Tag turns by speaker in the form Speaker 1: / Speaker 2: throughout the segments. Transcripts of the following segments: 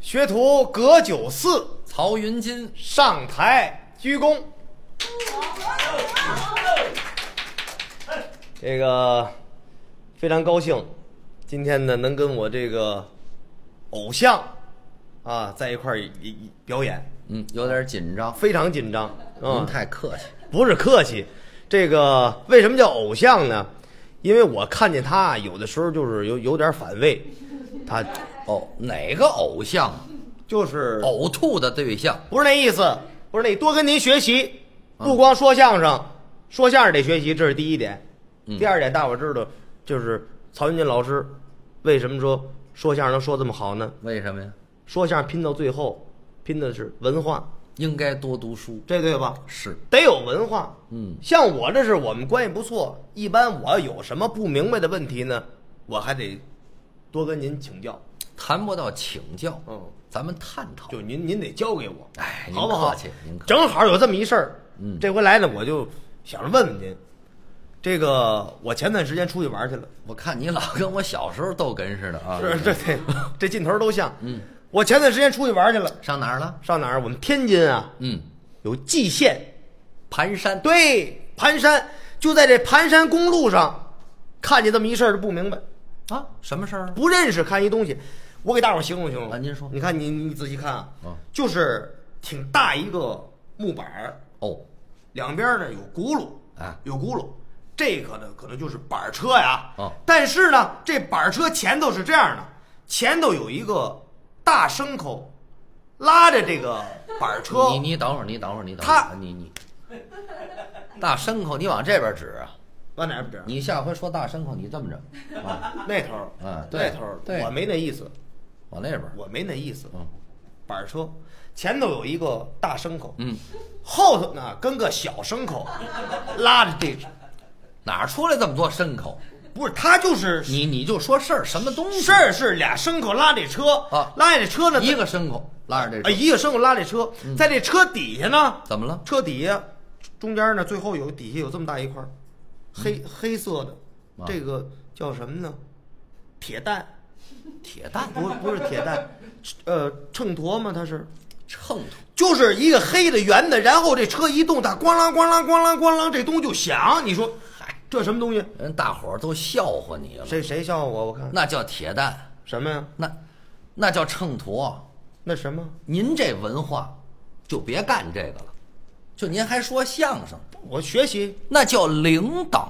Speaker 1: 学徒葛九四
Speaker 2: 曹云金，
Speaker 1: 上台鞠躬。这个非常高兴，今天呢能跟我这个偶像啊在一块儿一一表演，
Speaker 2: 嗯，有点紧张，
Speaker 1: 非常紧张
Speaker 2: 您
Speaker 1: 啊，
Speaker 2: 太客气。
Speaker 1: 不是客气。这个为什么叫偶像呢？因为我看见他啊有的时候就是有有点反胃，他
Speaker 2: 哦，哪个偶像？
Speaker 1: 就是
Speaker 2: 呕吐的对象，
Speaker 1: 不是那意思，不是那多跟您学习，不光说相声，说相声得学习，这是第一点。第二点，大伙知道，就是曹云金老师为什么说说相声能说这么好呢？
Speaker 2: 为什么呀？
Speaker 1: 说相声拼到最后，拼的是文化，
Speaker 2: 应该多读书。
Speaker 1: 这对吧？
Speaker 2: 是，
Speaker 1: 得有文化。
Speaker 2: 嗯，
Speaker 1: 像我这是我们关系不错，一般我要有什么不明白的问题呢，我还得多跟您请教。
Speaker 2: 谈不到请教，
Speaker 1: 嗯，
Speaker 2: 咱们探讨。
Speaker 1: 就您您得教给我，
Speaker 2: 哎您
Speaker 1: 好不好
Speaker 2: 客气您客气
Speaker 1: 正好有这么一事儿，嗯，这回来呢，我就想着问问您，这个我前段时间出去玩去了，
Speaker 2: 我看你老跟我小时候逗哏似的啊。
Speaker 1: 是这 这这劲头都像，嗯，我前段时间出去玩去了，
Speaker 2: 上哪儿了？
Speaker 1: 上哪儿？我们天津啊
Speaker 2: 嗯，
Speaker 1: 有蓟县，
Speaker 2: 盘山。
Speaker 1: 对，盘山，就在这盘山公路上，看见这么一事儿就不明白，
Speaker 2: 啊，什么事儿啊？
Speaker 1: 不认识看一东西，我给大伙儿形容形容
Speaker 2: 啊您说
Speaker 1: 你看你你仔细看啊
Speaker 2: 啊，
Speaker 1: 就是挺大一个木板儿。
Speaker 2: 哦，
Speaker 1: 两边呢有轱辘，
Speaker 2: 啊
Speaker 1: 有轱辘，这个呢可能就是板车呀。
Speaker 2: 哦
Speaker 1: 但是呢，这板车前头是这样的，前头有一个大牲口拉着这个板车，
Speaker 2: 你你等会儿，你等会儿，你等会
Speaker 1: 他
Speaker 2: 儿，你你大牲口，你往这边指啊！
Speaker 1: 往哪边指？
Speaker 2: 你下回说大牲口，你这么 着，啊，
Speaker 1: 那头儿
Speaker 2: 啊
Speaker 1: 那
Speaker 2: 对
Speaker 1: 头儿
Speaker 2: 对
Speaker 1: 我没那意思，
Speaker 2: 往那边。
Speaker 1: 我没那意思。
Speaker 2: 嗯
Speaker 1: 板车前头有一个大牲口，
Speaker 2: 嗯，
Speaker 1: 后头呢跟个小牲口拉着这，
Speaker 2: 哪儿出来这么多牲口？
Speaker 1: 不是他就是
Speaker 2: 你你就说事儿，什么东西？
Speaker 1: 事儿是俩牲口拉这车
Speaker 2: 啊
Speaker 1: 拉这车呢
Speaker 2: 一个牲口拉着这嗯
Speaker 1: 啊，
Speaker 2: 车，
Speaker 1: 一个牲口拉这车，在这车底下呢，
Speaker 2: 怎么了？
Speaker 1: 车底下中间呢，最后有底下有这么大一块儿黑、黑色的，
Speaker 2: 嗯啊
Speaker 1: 这个叫什么呢？铁蛋，
Speaker 2: 铁蛋
Speaker 1: 不不是铁蛋，呃，秤砣吗？它是，
Speaker 2: 秤砣
Speaker 1: 就是一个黑的圆的，然后这车一动，它咣啷咣啷咣啷咣啷，这东西就响。你说，嗨，这什么东西？
Speaker 2: 人大伙儿都笑话你了，
Speaker 1: 谁谁笑话我？我看
Speaker 2: 那叫铁蛋，
Speaker 1: 什么呀？
Speaker 2: 那那叫秤砣。
Speaker 1: 那什么？
Speaker 2: 您这文化，就别干这个了，就您还说相声，
Speaker 1: 我学习
Speaker 2: 那叫铃铛，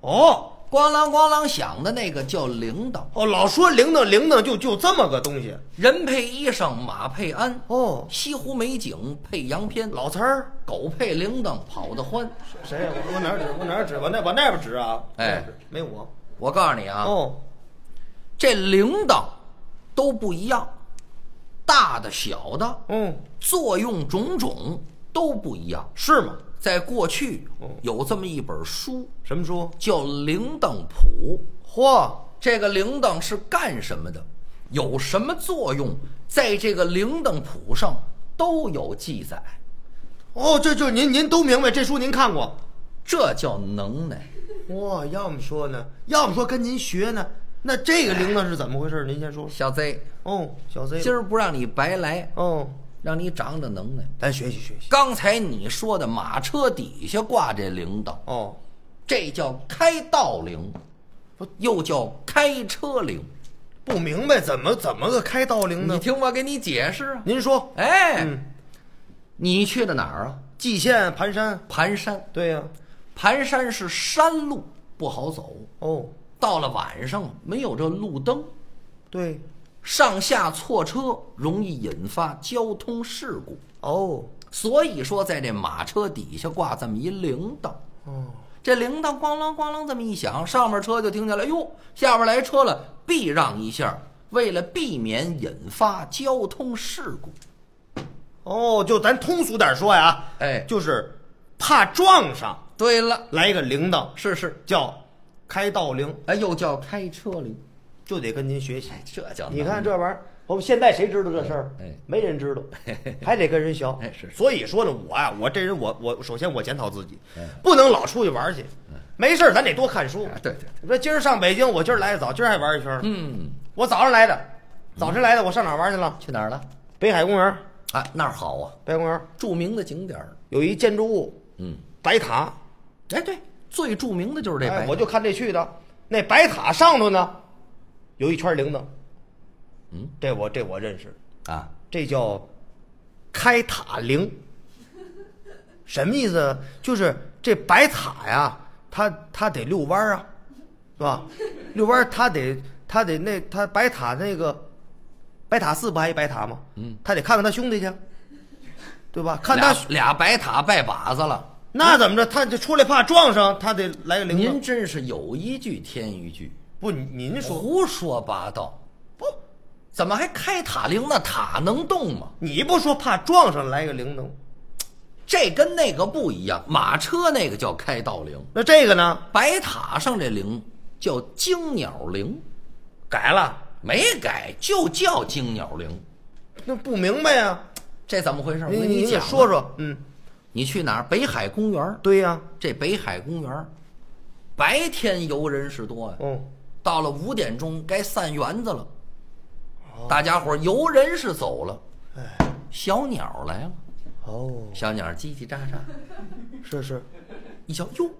Speaker 1: 哦
Speaker 2: 咣啷咣啷响的那个叫铃铛。
Speaker 1: 哦，老说铃铛铃铛就就这么个东西
Speaker 2: 人配衣裳马配鞍，
Speaker 1: 哦，
Speaker 2: 西湖美景配洋片，
Speaker 1: 老词儿。
Speaker 2: 狗配铃铛跑得欢。
Speaker 1: 谁呀？我往哪儿指？往哪儿指？往那往那边指啊！
Speaker 2: 哎，
Speaker 1: 没我
Speaker 2: 我告诉你啊，
Speaker 1: 哦，
Speaker 2: 这铃铛都不一样，大的小的，
Speaker 1: 嗯，
Speaker 2: 作用种种都不一样。
Speaker 1: 是吗？
Speaker 2: 在过去
Speaker 1: 哦
Speaker 2: 有这么一本书
Speaker 1: 什么书？
Speaker 2: 叫《铃铛谱》，
Speaker 1: 嚯，
Speaker 2: 这个铃铛是干什么的，有什么作用，在这个铃铛谱上都有记载，
Speaker 1: 哦，这就是您您都明白，这书您看过。
Speaker 2: 这叫能耐。
Speaker 1: 哇，要么说呢，要么说跟您学呢。那这个铃铛是怎么回事？您先说说。
Speaker 2: 小 Z，
Speaker 1: 哦，小 Z，
Speaker 2: 今儿不让你白来，
Speaker 1: 哦，
Speaker 2: 让你长长能耐。
Speaker 1: 咱学习学习。
Speaker 2: 刚才你说的马车底下挂这铃铛，
Speaker 1: 哦，
Speaker 2: 这叫开道铃，又叫开车铃。
Speaker 1: 不明白怎么怎么个开道铃
Speaker 2: 你
Speaker 1: 呢？
Speaker 2: 听我给你解释啊。
Speaker 1: 您说，
Speaker 2: 哎，
Speaker 1: 嗯，
Speaker 2: 你去的哪儿啊？
Speaker 1: 蓟县盘山，
Speaker 2: 盘山，
Speaker 1: 对呀、
Speaker 2: 盘山是山路，不好走。
Speaker 1: 哦，
Speaker 2: 到了晚上没有这路灯，
Speaker 1: 对，
Speaker 2: 上下错车容易引发交通事故。
Speaker 1: 哦，
Speaker 2: 所以说，在这马车底下挂这么一铃铛，
Speaker 1: 哦，
Speaker 2: 这铃铛咣啷咣啷这么一响，上面车就停下来，哟，下边来车了，避让一下，为了避免引发交通事故。
Speaker 1: 哦，就咱通俗点说呀，
Speaker 2: 哎
Speaker 1: 就是怕撞上，
Speaker 2: 对了，
Speaker 1: 来一个铃铛，
Speaker 2: 是是，
Speaker 1: 叫开道铃，
Speaker 2: 哎，又叫开车铃，
Speaker 1: 就得跟您学习。
Speaker 2: 哎，这叫
Speaker 1: 你
Speaker 2: 能
Speaker 1: 看
Speaker 2: 耐
Speaker 1: 这玩意儿，我们现在谁知道这事儿？
Speaker 2: 哎
Speaker 1: 没人知 道，还得跟人学。
Speaker 2: 哎是
Speaker 1: 所以说呢，我啊，我这人我，我首先我检讨自己，不能老出去玩去。没事儿咱得多看书
Speaker 2: 哎啊。对对对
Speaker 1: 你说今儿上北京，我今儿来的早，今儿还玩一圈。，
Speaker 2: 嗯，
Speaker 1: 我早上来的，早晨来的，我上哪儿玩去了？
Speaker 2: 去哪儿了？
Speaker 1: 北海公园，
Speaker 2: 啊，那儿好啊，
Speaker 1: 北海公园
Speaker 2: 著名的景点儿。
Speaker 1: 有一建筑物，
Speaker 2: 嗯，
Speaker 1: 白塔，
Speaker 2: 哎，对，最著名的就是这白
Speaker 1: 哎，
Speaker 2: 塔。
Speaker 1: 我就看这去的。那白塔上头呢，有一圈铃铛，
Speaker 2: 嗯，
Speaker 1: 这我这我认识，
Speaker 2: 啊，
Speaker 1: 这叫开塔铃。什么意思呢？就是这白塔呀，它它得遛弯儿啊，是吧？遛弯儿它得它得那它白塔那个白塔寺不还一白塔吗？
Speaker 2: 嗯，
Speaker 1: 它得看看他兄弟去，对吧？看他
Speaker 2: 俩俩白塔拜把子了。
Speaker 1: 那怎么着，他就出来怕撞上，他得来个铃铛
Speaker 2: 您。真是有一句添一句，
Speaker 1: 不，您说
Speaker 2: 胡说八道。不，怎么还开塔铃？那塔能动吗？
Speaker 1: 你不说怕撞上来个铃铛，
Speaker 2: 这跟那个不一样，马车那个叫开道铃，
Speaker 1: 那这个呢？
Speaker 2: 白塔上这铃叫惊鸟铃，
Speaker 1: 改了，
Speaker 2: 没改就叫惊鸟铃，
Speaker 1: 那不明白呀、
Speaker 2: 这怎么回事？我
Speaker 1: 您
Speaker 2: 跟
Speaker 1: 您
Speaker 2: 讲
Speaker 1: 也
Speaker 2: 啊
Speaker 1: 哎说，说，嗯，
Speaker 2: 你去哪儿？北海公园。
Speaker 1: 对呀、
Speaker 2: 这北海公园，白天游人是多呀、
Speaker 1: 嗯，
Speaker 2: 到了五点钟该散园子了，大家伙儿游人是走了，小鸟来了，
Speaker 1: 哦，
Speaker 2: 小鸟叽叽喳喳。
Speaker 1: 是是，
Speaker 2: 一瞧，哟，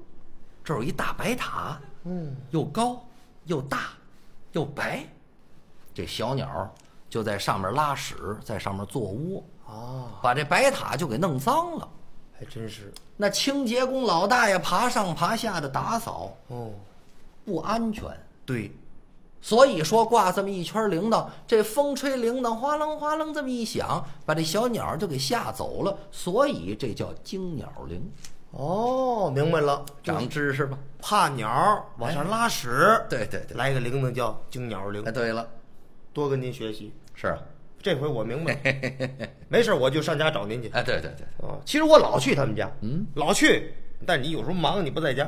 Speaker 2: 这儿有一大白塔，
Speaker 1: 嗯，
Speaker 2: 又高又大又白，这小鸟就在上面拉屎，在上面做窝，
Speaker 1: 啊，
Speaker 2: 把这白塔就给弄脏了。
Speaker 1: 还真是，
Speaker 2: 那清洁工老大爷爬上爬下的打扫
Speaker 1: 哦，
Speaker 2: 不安全，
Speaker 1: 对，
Speaker 2: 所以说挂这么一圈铃铛，这风吹铃铛哗楞哗楞这么一响，把这小鸟就给吓走了，所以这叫惊鸟铃。
Speaker 1: 哦，明白了，就是
Speaker 2: 长知识吧？
Speaker 1: 怕鸟儿往上拉屎，
Speaker 2: 对对对，
Speaker 1: 来个铃铛叫惊鸟铃
Speaker 2: 哎，，对了，
Speaker 1: 多跟您学习，
Speaker 2: 是 啊，
Speaker 1: 这回我明白了，没事儿我就上家找您去。
Speaker 2: 哎，对对对。
Speaker 1: 啊，其实我老去他们家，
Speaker 2: 嗯，
Speaker 1: 老去，但你有时候忙你不在家。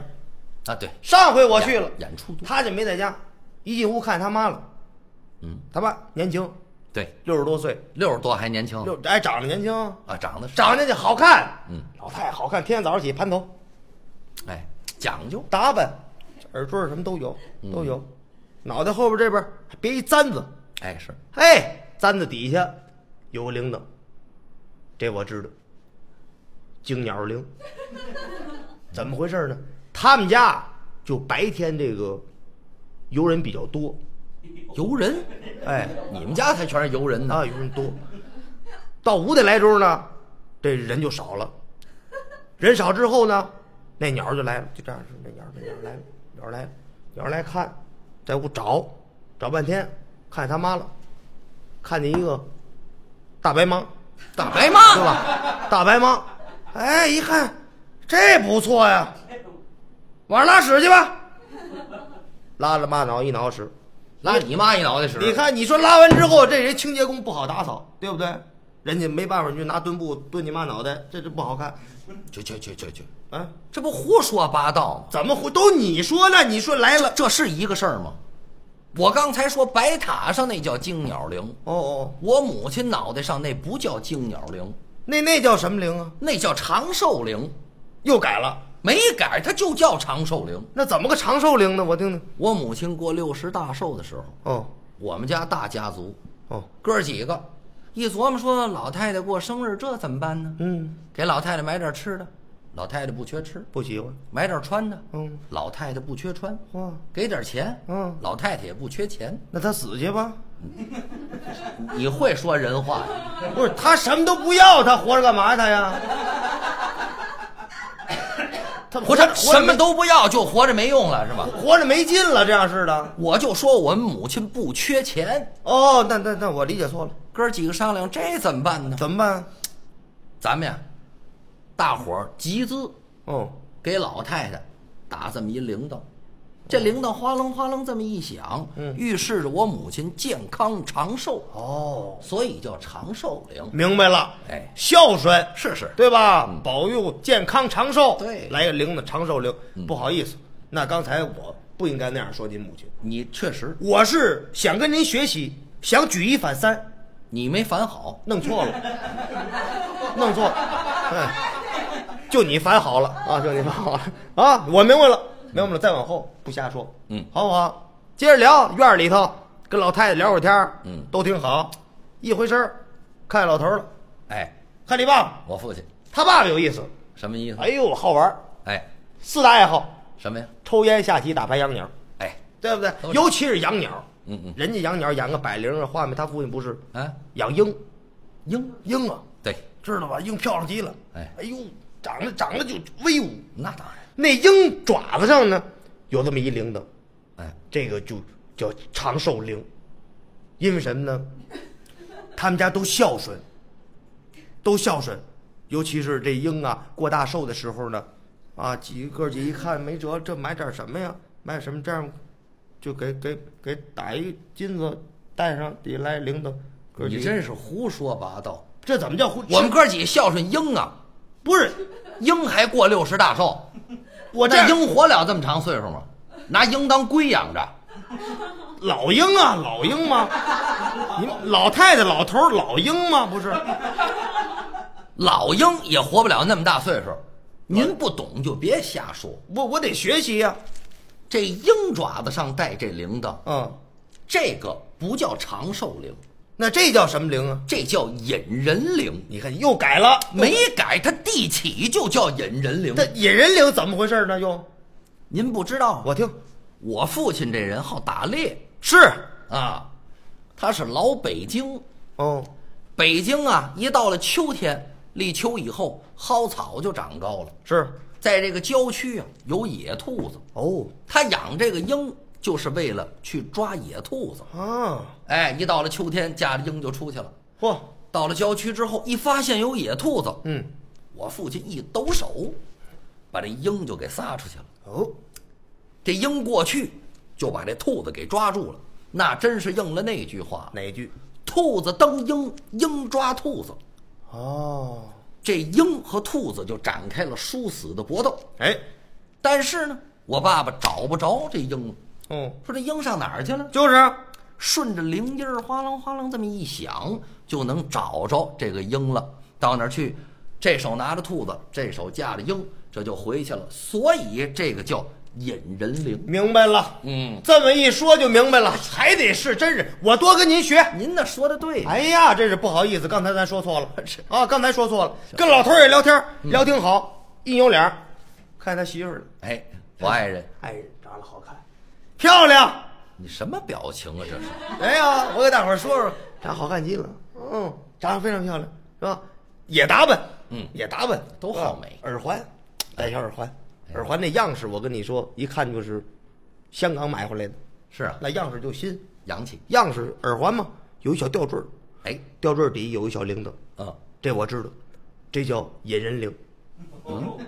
Speaker 2: 啊，对，
Speaker 1: 上回我去了，
Speaker 2: 演出多，
Speaker 1: 他就没在家，一进屋看他妈了，
Speaker 2: 嗯，
Speaker 1: 他爸年轻，
Speaker 2: 对，
Speaker 1: 六十多岁，
Speaker 2: 六十多还年轻，
Speaker 1: 六哎长得年轻，
Speaker 2: 啊，长得是
Speaker 1: 长得就好看，
Speaker 2: 哦嗯，
Speaker 1: 老太太好看，天天早上起盘头
Speaker 2: 哎讲究，
Speaker 1: 打扮，耳坠儿什么都有
Speaker 2: 嗯
Speaker 1: 都有，脑袋后边这边儿还别一簪子，
Speaker 2: 哎是，
Speaker 1: 哎，簪子底下有个铃铛，这我知道，惊鸟铃。怎么回事呢？他们家就白天这个游人比较多，
Speaker 2: 游人，
Speaker 1: 哎，
Speaker 2: 你们家才全是游人呢，
Speaker 1: 啊，游人多。到五点来钟呢，这人就少了。人少之后呢，那鸟儿就来了，就这样说，那鸟儿那鸟儿来了，鸟儿来了，鸟儿来看，在屋找，找半天，看见他妈了，看见一个大白茫，
Speaker 2: 大白妈
Speaker 1: 对？吧？大白茫，哎，一看这不错呀，晚上拉屎去吧。拉了骂脑一脑屎，
Speaker 2: 拉你妈一脑袋屎，
Speaker 1: 你，看，你说拉完之后，这人清洁工不好打扫，对不对？人家没办法，你就拿墩布墩你妈脑袋，这这不好看
Speaker 2: 去去去去去，
Speaker 1: 啊！
Speaker 2: 这不胡说八道吗？
Speaker 1: 怎么会都你说呢？你说来了，
Speaker 2: 这是一个事儿吗？我刚才说白塔上那叫惊鸟铃，
Speaker 1: 哦哦，
Speaker 2: 我母亲脑袋上那不叫惊鸟铃，
Speaker 1: 那那叫什么铃啊？
Speaker 2: 那叫长寿铃，
Speaker 1: 又改了，
Speaker 2: 没改，它就叫长寿铃。
Speaker 1: 那怎么个长寿铃呢？我听听。
Speaker 2: 我母亲过六十大寿的时候，
Speaker 1: 哦
Speaker 2: 我们家大家族，
Speaker 1: 哦，
Speaker 2: 哥儿几个一琢磨说，老太太过生日这怎么办呢？
Speaker 1: 嗯，
Speaker 2: 给老太太买点吃的，老太太不缺吃；
Speaker 1: 不喜欢。
Speaker 2: 买点穿的，
Speaker 1: 嗯，
Speaker 2: 老太太不缺穿；
Speaker 1: 哇，
Speaker 2: 给点钱，
Speaker 1: 嗯
Speaker 2: 老太太也不缺钱。
Speaker 1: 那他死去吧？
Speaker 2: 你会说人话呀？
Speaker 1: 不是，他什么都不要，他活着干嘛呀？他 呀？他
Speaker 2: 活
Speaker 1: 活
Speaker 2: 着
Speaker 1: 着
Speaker 2: 什么都不要，就活着没用了是吧？
Speaker 1: 活着没劲了，这样似的。
Speaker 2: 我就说我们母亲不缺钱，
Speaker 1: 哦，那那那我理解错了，
Speaker 2: 哥儿几个商量这怎么办呢？
Speaker 1: 怎么办？
Speaker 2: 咱们呀，大伙儿集资
Speaker 1: 哦，
Speaker 2: 给老太太打这么一铃铛，这铃铛哗楞哗楞这么一响，
Speaker 1: 嗯
Speaker 2: 预示着我母亲健康长寿，
Speaker 1: 哦，
Speaker 2: 所以叫长寿铃。
Speaker 1: 明白了，
Speaker 2: 哎
Speaker 1: 孝顺
Speaker 2: 是是，
Speaker 1: 对吧？保佑健康长寿，
Speaker 2: 对
Speaker 1: 来个铃铛长寿铃。不好意思，那刚才我不应该那样说您母亲，
Speaker 2: 你确实
Speaker 1: 我是想跟您学习，想举一反三，
Speaker 2: 你没反好，
Speaker 1: 弄错了，弄错了，哎，就你反好了啊，就你反好了啊，我明白了，明白了，再往后不瞎说，
Speaker 2: 嗯
Speaker 1: 好不好？接着聊院儿里头跟老太太聊会儿天儿
Speaker 2: 嗯
Speaker 1: 都挺好。一回身儿看见老头儿了，
Speaker 2: 哎，
Speaker 1: 看你爸爸，
Speaker 2: 我父亲
Speaker 1: 他爸爸有意思，
Speaker 2: 什么意思？
Speaker 1: 哎呦好玩儿，
Speaker 2: 哎，
Speaker 1: 四大爱好：
Speaker 2: 什么呀？
Speaker 1: 抽烟、下棋、打牌、养鸟，
Speaker 2: 哎，
Speaker 1: 对不对
Speaker 2: 都？是
Speaker 1: 尤其是养鸟，
Speaker 2: 嗯嗯，
Speaker 1: 人家养鸟养个百灵啊、画眉，他父亲不是
Speaker 2: 啊，
Speaker 1: 养鹰，
Speaker 2: 鹰，
Speaker 1: 鹰啊，
Speaker 2: 对，
Speaker 1: 知道吧？鹰漂亮极了，
Speaker 2: 哎
Speaker 1: 哎呦，长得长得就威武。
Speaker 2: 那当然，
Speaker 1: 那鹰爪子上呢有这么一铃铛，
Speaker 2: 哎，
Speaker 1: 这个就叫长寿铃，因为什么呢？他们家都孝顺，都孝顺，尤其是这鹰啊过大寿的时候呢，啊几个几一看没辙，这买点什么呀？买什么这样，就给给给打一金子戴上，底来铃铛。哥几
Speaker 2: 你
Speaker 1: 个
Speaker 2: 真是胡说八道。
Speaker 1: 这怎么叫胡？
Speaker 2: 我们哥几孝顺鹰啊，
Speaker 1: 不是
Speaker 2: 鹰还过六十大寿，
Speaker 1: 我这
Speaker 2: 这鹰活了这么长岁数吗？拿鹰当龟养着，
Speaker 1: 老鹰啊，老鹰吗？你们老太太、老头儿老鹰吗？不是，
Speaker 2: 老鹰也活不了那么大岁数。您不懂就别瞎说。
Speaker 1: 我我得学习呀、
Speaker 2: 这鹰爪子上带这铃铛，
Speaker 1: 嗯，
Speaker 2: 这个不叫长寿铃，
Speaker 1: 那这叫什么灵啊？
Speaker 2: 这叫引人铃。
Speaker 1: 你看又改了，
Speaker 2: 没改，它地起就叫引人铃。
Speaker 1: 这引人灵怎么回事呢？又
Speaker 2: 您不知道，
Speaker 1: 我听
Speaker 2: 我父亲这人好打猎
Speaker 1: 是
Speaker 2: 啊，他是老北京，
Speaker 1: 哦，
Speaker 2: 北京啊，一到了秋天，立秋以后，蒿草就长高了。
Speaker 1: 是
Speaker 2: 在这个郊区啊，有野兔子，
Speaker 1: 哦
Speaker 2: 他养这个鹰就是为了去抓野兔子。
Speaker 1: 啊，
Speaker 2: 哎，一到了秋天，架着鹰就出去了。
Speaker 1: 嚯，
Speaker 2: 到了郊区之后，一发现有野兔子，
Speaker 1: 嗯
Speaker 2: 我父亲一抖手，把这鹰就给撒出去了。
Speaker 1: 哦，
Speaker 2: 这鹰过去就把这兔子给抓住了，那真是应了那句话
Speaker 1: 哪句？：“
Speaker 2: 兔子蹬鹰，鹰抓兔子。
Speaker 1: 哦，”
Speaker 2: 这鹰和兔子就展开了殊死的搏斗。
Speaker 1: 哎，
Speaker 2: 但是呢，我爸爸找不着这鹰，
Speaker 1: 哦，
Speaker 2: 说这鹰上哪儿去了？
Speaker 1: 就是啊
Speaker 2: 顺着铃音儿哗啷哗啷这么一响，就能找着这个鹰了。到那儿去，这手拿着兔子，这手架着鹰，这就回去了。所以这个叫引人铃。
Speaker 1: 明白了，
Speaker 2: 嗯，
Speaker 1: 这么一说就明白了，还得是真是我多跟您学。
Speaker 2: 您那说的对，啊
Speaker 1: 哎呀，真是不好意思，刚才咱说错了，啊，刚才说错了，跟老头儿也聊天儿，聊挺好，一扭脸儿，看他媳妇儿了，
Speaker 2: 哎，我爱人，
Speaker 1: 爱人哎长得好看，漂亮。
Speaker 2: 你什么表情啊？这是
Speaker 1: 没有，我给大伙儿说说，长好看极了，嗯，长得非常漂亮，是吧？也打扮，
Speaker 2: 嗯
Speaker 1: 也打扮，
Speaker 2: 都好美
Speaker 1: 啊耳环，戴小耳环，耳环那样式，我跟你说，一看就是香港买回来的，
Speaker 2: 是啊，
Speaker 1: 那样式就新，
Speaker 2: 洋气。
Speaker 1: 样式耳环嘛，有一小吊坠儿，
Speaker 2: 哎，
Speaker 1: 吊坠儿底有一小铃铛，
Speaker 2: 嗯，
Speaker 1: 这我知道，这叫引人铃。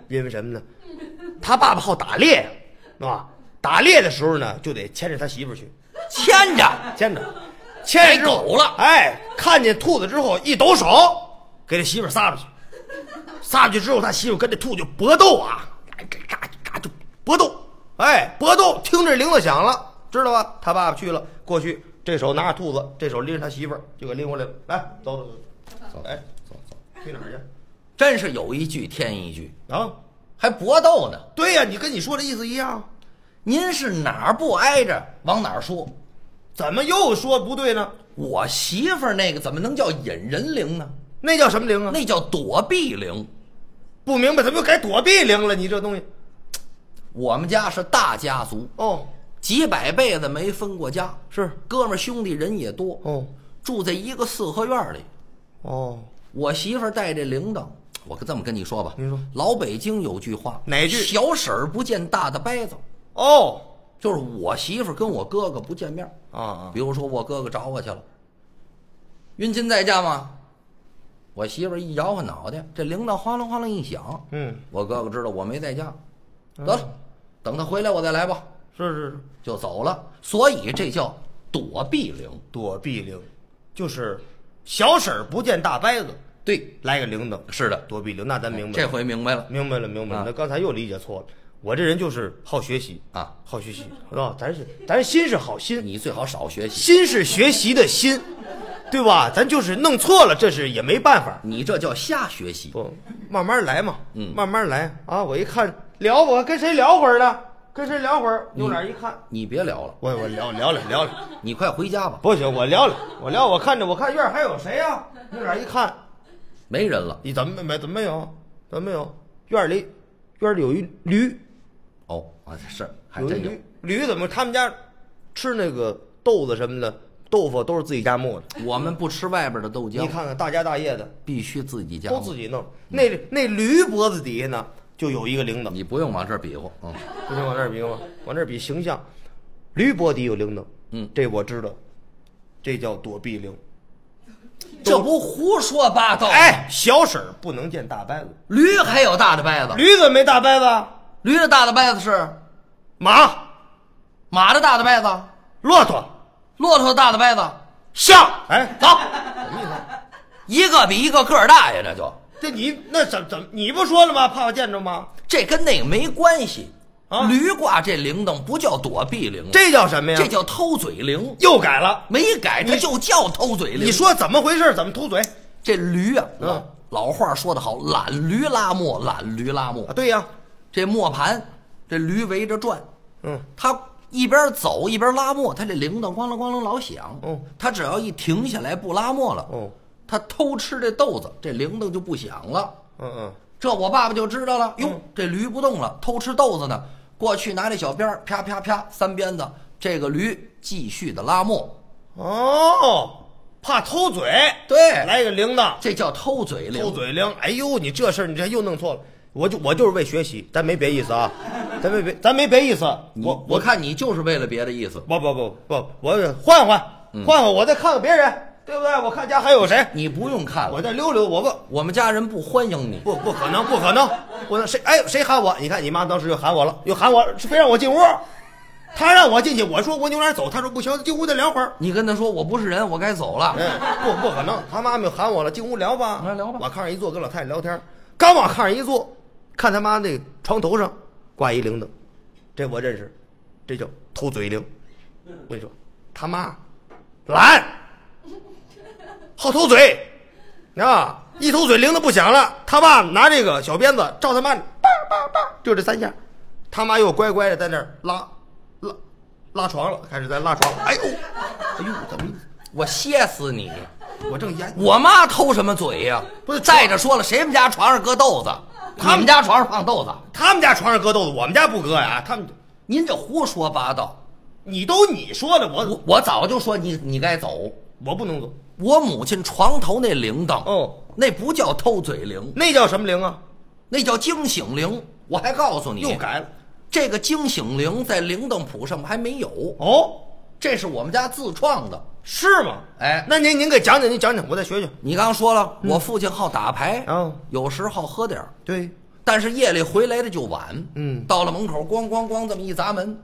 Speaker 1: 因为什么呢？他爸爸好打猎，是吧？打猎的时候呢，就得牵着他媳妇儿去，
Speaker 2: 牵着
Speaker 1: 牵 着，牵着之后
Speaker 2: 逮狗了
Speaker 1: 哎，看见兔子之后一抖手，给这媳妇儿撒出去，撒出去之后，他媳妇儿跟这兔子就搏斗啊，这嘎嘎就搏斗，哎，搏斗，听着铃铛响了，知道吧？他爸爸去了，过去这手拿着兔子，这手拎着他媳妇儿就给拎过来了，来，走走走，哎，
Speaker 2: 走走，
Speaker 1: 去哪儿去？
Speaker 2: 真是有一句添一句，
Speaker 1: 啊，
Speaker 2: 还搏斗呢。
Speaker 1: 对呀、你跟你说的意思一样，
Speaker 2: 您是哪儿不挨着往哪儿说？
Speaker 1: 怎么又说不对呢？
Speaker 2: 我媳妇儿那个怎么能叫引人铃呢？
Speaker 1: 那叫什么铃啊？
Speaker 2: 那叫躲避铃。
Speaker 1: 不明白，怎么又改躲避铃了？你这东西，
Speaker 2: 我们家是大家族，
Speaker 1: 哦，
Speaker 2: 几百辈子没分过家，
Speaker 1: 是，
Speaker 2: 哥们儿兄弟人也多，
Speaker 1: 哦，
Speaker 2: 住在一个四合院里。
Speaker 1: 哦。
Speaker 2: 我媳妇儿带这铃铛，我跟这么跟你说吧，
Speaker 1: 您说
Speaker 2: 老北京有句话，
Speaker 1: 哪句
Speaker 2: 小婶儿不见大的掰子，
Speaker 1: 哦，
Speaker 2: 就是我媳妇儿跟我哥哥不见面儿。
Speaker 1: 啊啊，
Speaker 2: 比如说我哥哥找我去了，云亲在家吗？我媳妇儿一摇晃脑袋，这铃铛哗啷哗啷一响，
Speaker 1: 嗯，
Speaker 2: 我哥哥知道我没在家，得了，等他回来我再来吧，
Speaker 1: 是是是，
Speaker 2: 就走了。所以这叫躲避铃。
Speaker 1: 躲避铃，就是小婶儿不见大伯子，
Speaker 2: 对，
Speaker 1: 来个铃铛，
Speaker 2: 是的，
Speaker 1: 躲避铃，那咱明白
Speaker 2: 这
Speaker 1: 了，
Speaker 2: 回明白了。
Speaker 1: 明白了，明白了。
Speaker 2: 啊
Speaker 1: 那刚才又理解错了，我这人就是好学习
Speaker 2: 啊，
Speaker 1: 好学习啊，咱是咱心是好心，
Speaker 2: 你最好少学习，
Speaker 1: 心是学习的心，对吧？咱就是弄错了，这是也没办法，
Speaker 2: 你这叫瞎学习。
Speaker 1: 不慢慢来嘛，
Speaker 2: 嗯
Speaker 1: 慢慢来啊。我一看聊，我跟谁聊会儿呢？跟谁聊会儿，
Speaker 2: 嗯
Speaker 1: 扭脸一看，
Speaker 2: 你别聊了，
Speaker 1: 我我聊聊聊聊聊，
Speaker 2: 你快回家吧，
Speaker 1: 不行，我聊聊，我聊，我看着我看院儿还有谁呀、扭脸一看，
Speaker 2: 没人了。
Speaker 1: 你怎么没怎么没有？怎么没有？院儿里院儿里有一驴，
Speaker 2: 哦，啊是，还
Speaker 1: 有一
Speaker 2: 真有
Speaker 1: 驴。驴怎么？他们家吃那个豆子什么的，豆腐都是自己家磨的。
Speaker 2: 我们不吃外边的豆
Speaker 1: 你
Speaker 2: 浆，
Speaker 1: 看看大家大业的
Speaker 2: 必须自己家
Speaker 1: 都。自己弄，那
Speaker 2: 嗯
Speaker 1: 那驴脖子底下呢就有一个铃铛，
Speaker 2: 你不用往这儿比划，嗯，
Speaker 1: 不行往那儿比吗？往那儿比形象，驴脖底有铃铛，
Speaker 2: 嗯，哦
Speaker 1: 这我知道，这叫躲避铃。
Speaker 2: 这不胡说八道吗？
Speaker 1: 哎，小婶儿不能见大伯子，
Speaker 2: 驴还有大的掰子，
Speaker 1: 驴怎么没大伯子啊？
Speaker 2: 驴的大的掰子是
Speaker 1: 马、
Speaker 2: 马的大的掰子，
Speaker 1: 骆驼、
Speaker 2: 骆驼的大的掰子，
Speaker 1: 象， 哎，
Speaker 2: 走，一个比一个个儿大呀，这就
Speaker 1: 这你那怎怎你不说了吗？怕我见着吗？
Speaker 2: 这跟那个没关系。
Speaker 1: 啊
Speaker 2: 驴挂这铃铛不叫躲避铃，
Speaker 1: 这叫什么呀？
Speaker 2: 这叫偷嘴铃，
Speaker 1: 又改了。
Speaker 2: 没改它
Speaker 1: 你
Speaker 2: 就叫偷嘴铃。
Speaker 1: 你说怎么回事？怎么秃嘴？
Speaker 2: 这驴啊，
Speaker 1: 嗯
Speaker 2: 老话说得好，懒驴拉磨，懒驴拉磨
Speaker 1: 啊，。对呀，
Speaker 2: 这磨盘，这驴围着转，
Speaker 1: 嗯，
Speaker 2: 它一边走一边拉磨，它这铃铛咣啷咣啷老响。
Speaker 1: 哦
Speaker 2: 它只要一停下来不拉磨了，
Speaker 1: 哦，
Speaker 2: 它偷吃这豆子，这铃铛就不响了。
Speaker 1: 嗯嗯，
Speaker 2: 这我爸爸就知道了，哟，这驴不动了，偷吃豆子呢。过去拿这小鞭儿啪啪啪三鞭子，这个驴继续的拉磨，
Speaker 1: 哦，怕偷嘴，
Speaker 2: 对
Speaker 1: 来个铃铛，
Speaker 2: 这叫偷嘴铃。
Speaker 1: 偷嘴铃。哎呦，你这事儿你这又弄错了。我就我就是为学习，咱没别意思 啊，咱没别咱没别意思。
Speaker 2: 你
Speaker 1: 我
Speaker 2: 我看你就是为了别的意思，
Speaker 1: 不不不不，我换换换换，我再看看别人，对不对？我看家还有谁，
Speaker 2: 你不用看
Speaker 1: 我
Speaker 2: 了，
Speaker 1: 再溜溜，我问。
Speaker 2: 我们家人不欢迎你。
Speaker 1: 不，不可能，不可能！我那谁，哎，谁喊我？你看你妈当时就喊我了，又喊我，非让我进屋。她让我进去，我说我扭脸走，她说不行，进屋再聊会儿。
Speaker 2: 你跟他说我不是人，我该走了。
Speaker 1: 哎，不，不可能！他妈妈又喊我了，进屋聊吧。
Speaker 2: 来聊吧
Speaker 1: 往炕上一坐，跟老太太聊天。刚往炕上一坐，看他妈那床头上挂一铃铛，这我认识，这叫偷嘴铃。我跟你说，他妈懒，好偷嘴啊！一偷嘴铃铛不响了，他爸拿这个小鞭子照他妈，叭叭叭，就这三下，他妈又乖乖的在那儿拉拉拉床了，开始在拉床了。哎呦，哎呦，怎么？
Speaker 2: 我歇死你！
Speaker 1: 我正研
Speaker 2: 我妈偷什么嘴呀、
Speaker 1: 不是
Speaker 2: 再者说了，谁们家床上搁豆子？
Speaker 1: 他们
Speaker 2: 你们家床上放豆子？
Speaker 1: 他们家床上搁豆子，我们家不搁呀。他们，
Speaker 2: 您这胡说八道！
Speaker 1: 你都你说的，我
Speaker 2: 我我早就说你你该走。
Speaker 1: 我不能走，
Speaker 2: 我母亲床头那铃铛，
Speaker 1: 哦，
Speaker 2: 那不叫偷嘴铃，
Speaker 1: 那叫什么铃啊？
Speaker 2: 那叫惊醒铃。我还告诉你，
Speaker 1: 又改了
Speaker 2: 这个惊醒铃在铃铛谱上还没有，
Speaker 1: 哦，
Speaker 2: 这是我们家自创的。
Speaker 1: 是吗？
Speaker 2: 哎
Speaker 1: 那您您给讲讲，您讲讲，我再学学。
Speaker 2: 你刚说了，
Speaker 1: 嗯
Speaker 2: 我父亲好打牌，
Speaker 1: 哦
Speaker 2: 有时好喝点儿，
Speaker 1: 对，
Speaker 2: 但是夜里回来的就晚，
Speaker 1: 嗯
Speaker 2: 到了门口咣咣咣这么一砸门，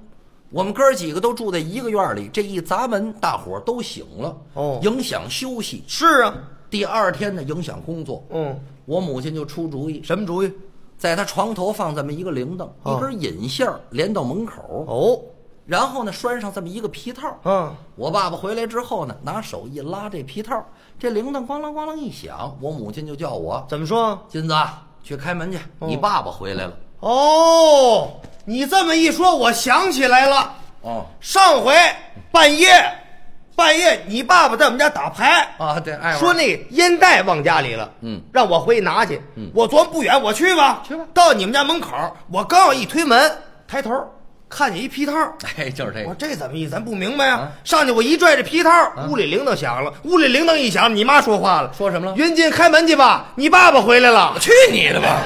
Speaker 2: 我们哥儿几个都住在一个院儿里，这一砸门，大伙儿都醒了，
Speaker 1: 哦
Speaker 2: 影响休息。
Speaker 1: 是啊，
Speaker 2: 第二天呢，影响工作，
Speaker 1: 嗯，
Speaker 2: 我母亲就出主意，
Speaker 1: 什么主意？
Speaker 2: 在她床头放这么一个铃铛，
Speaker 1: 哦
Speaker 2: 一根引线儿连到门口，
Speaker 1: 哦，
Speaker 2: 然后呢拴上这么一个皮套。
Speaker 1: 啊，
Speaker 2: 我爸爸回来之后呢，拿手一拉这皮套，这铃铛咣啷咣啷一响，我母亲就叫我
Speaker 1: 怎么说？
Speaker 2: 金子啊去开门去，你爸爸回来了。
Speaker 1: 哦，你这么一说，我想起来了，
Speaker 2: 哦
Speaker 1: 上回半夜，半夜你爸爸在我们家打牌，
Speaker 2: 啊，对，爱玩
Speaker 1: 说那烟袋忘家里了，
Speaker 2: 嗯
Speaker 1: 让我回去拿去。嗯，我琢磨不远，我去吧，
Speaker 2: 去吧
Speaker 1: 到你们家门口，我刚要一推门，抬头看见一皮套，
Speaker 2: 哎，就是这
Speaker 1: 我说
Speaker 2: 个，
Speaker 1: 这怎么意思？咱不明白呀、
Speaker 2: 啊
Speaker 1: 上去我一拽这皮套，屋里铃铛响了，屋里铃铛一响，你妈说话了，
Speaker 2: 说什么了
Speaker 1: 云锦开门去吧，你爸爸回来了。
Speaker 2: 去你的吧！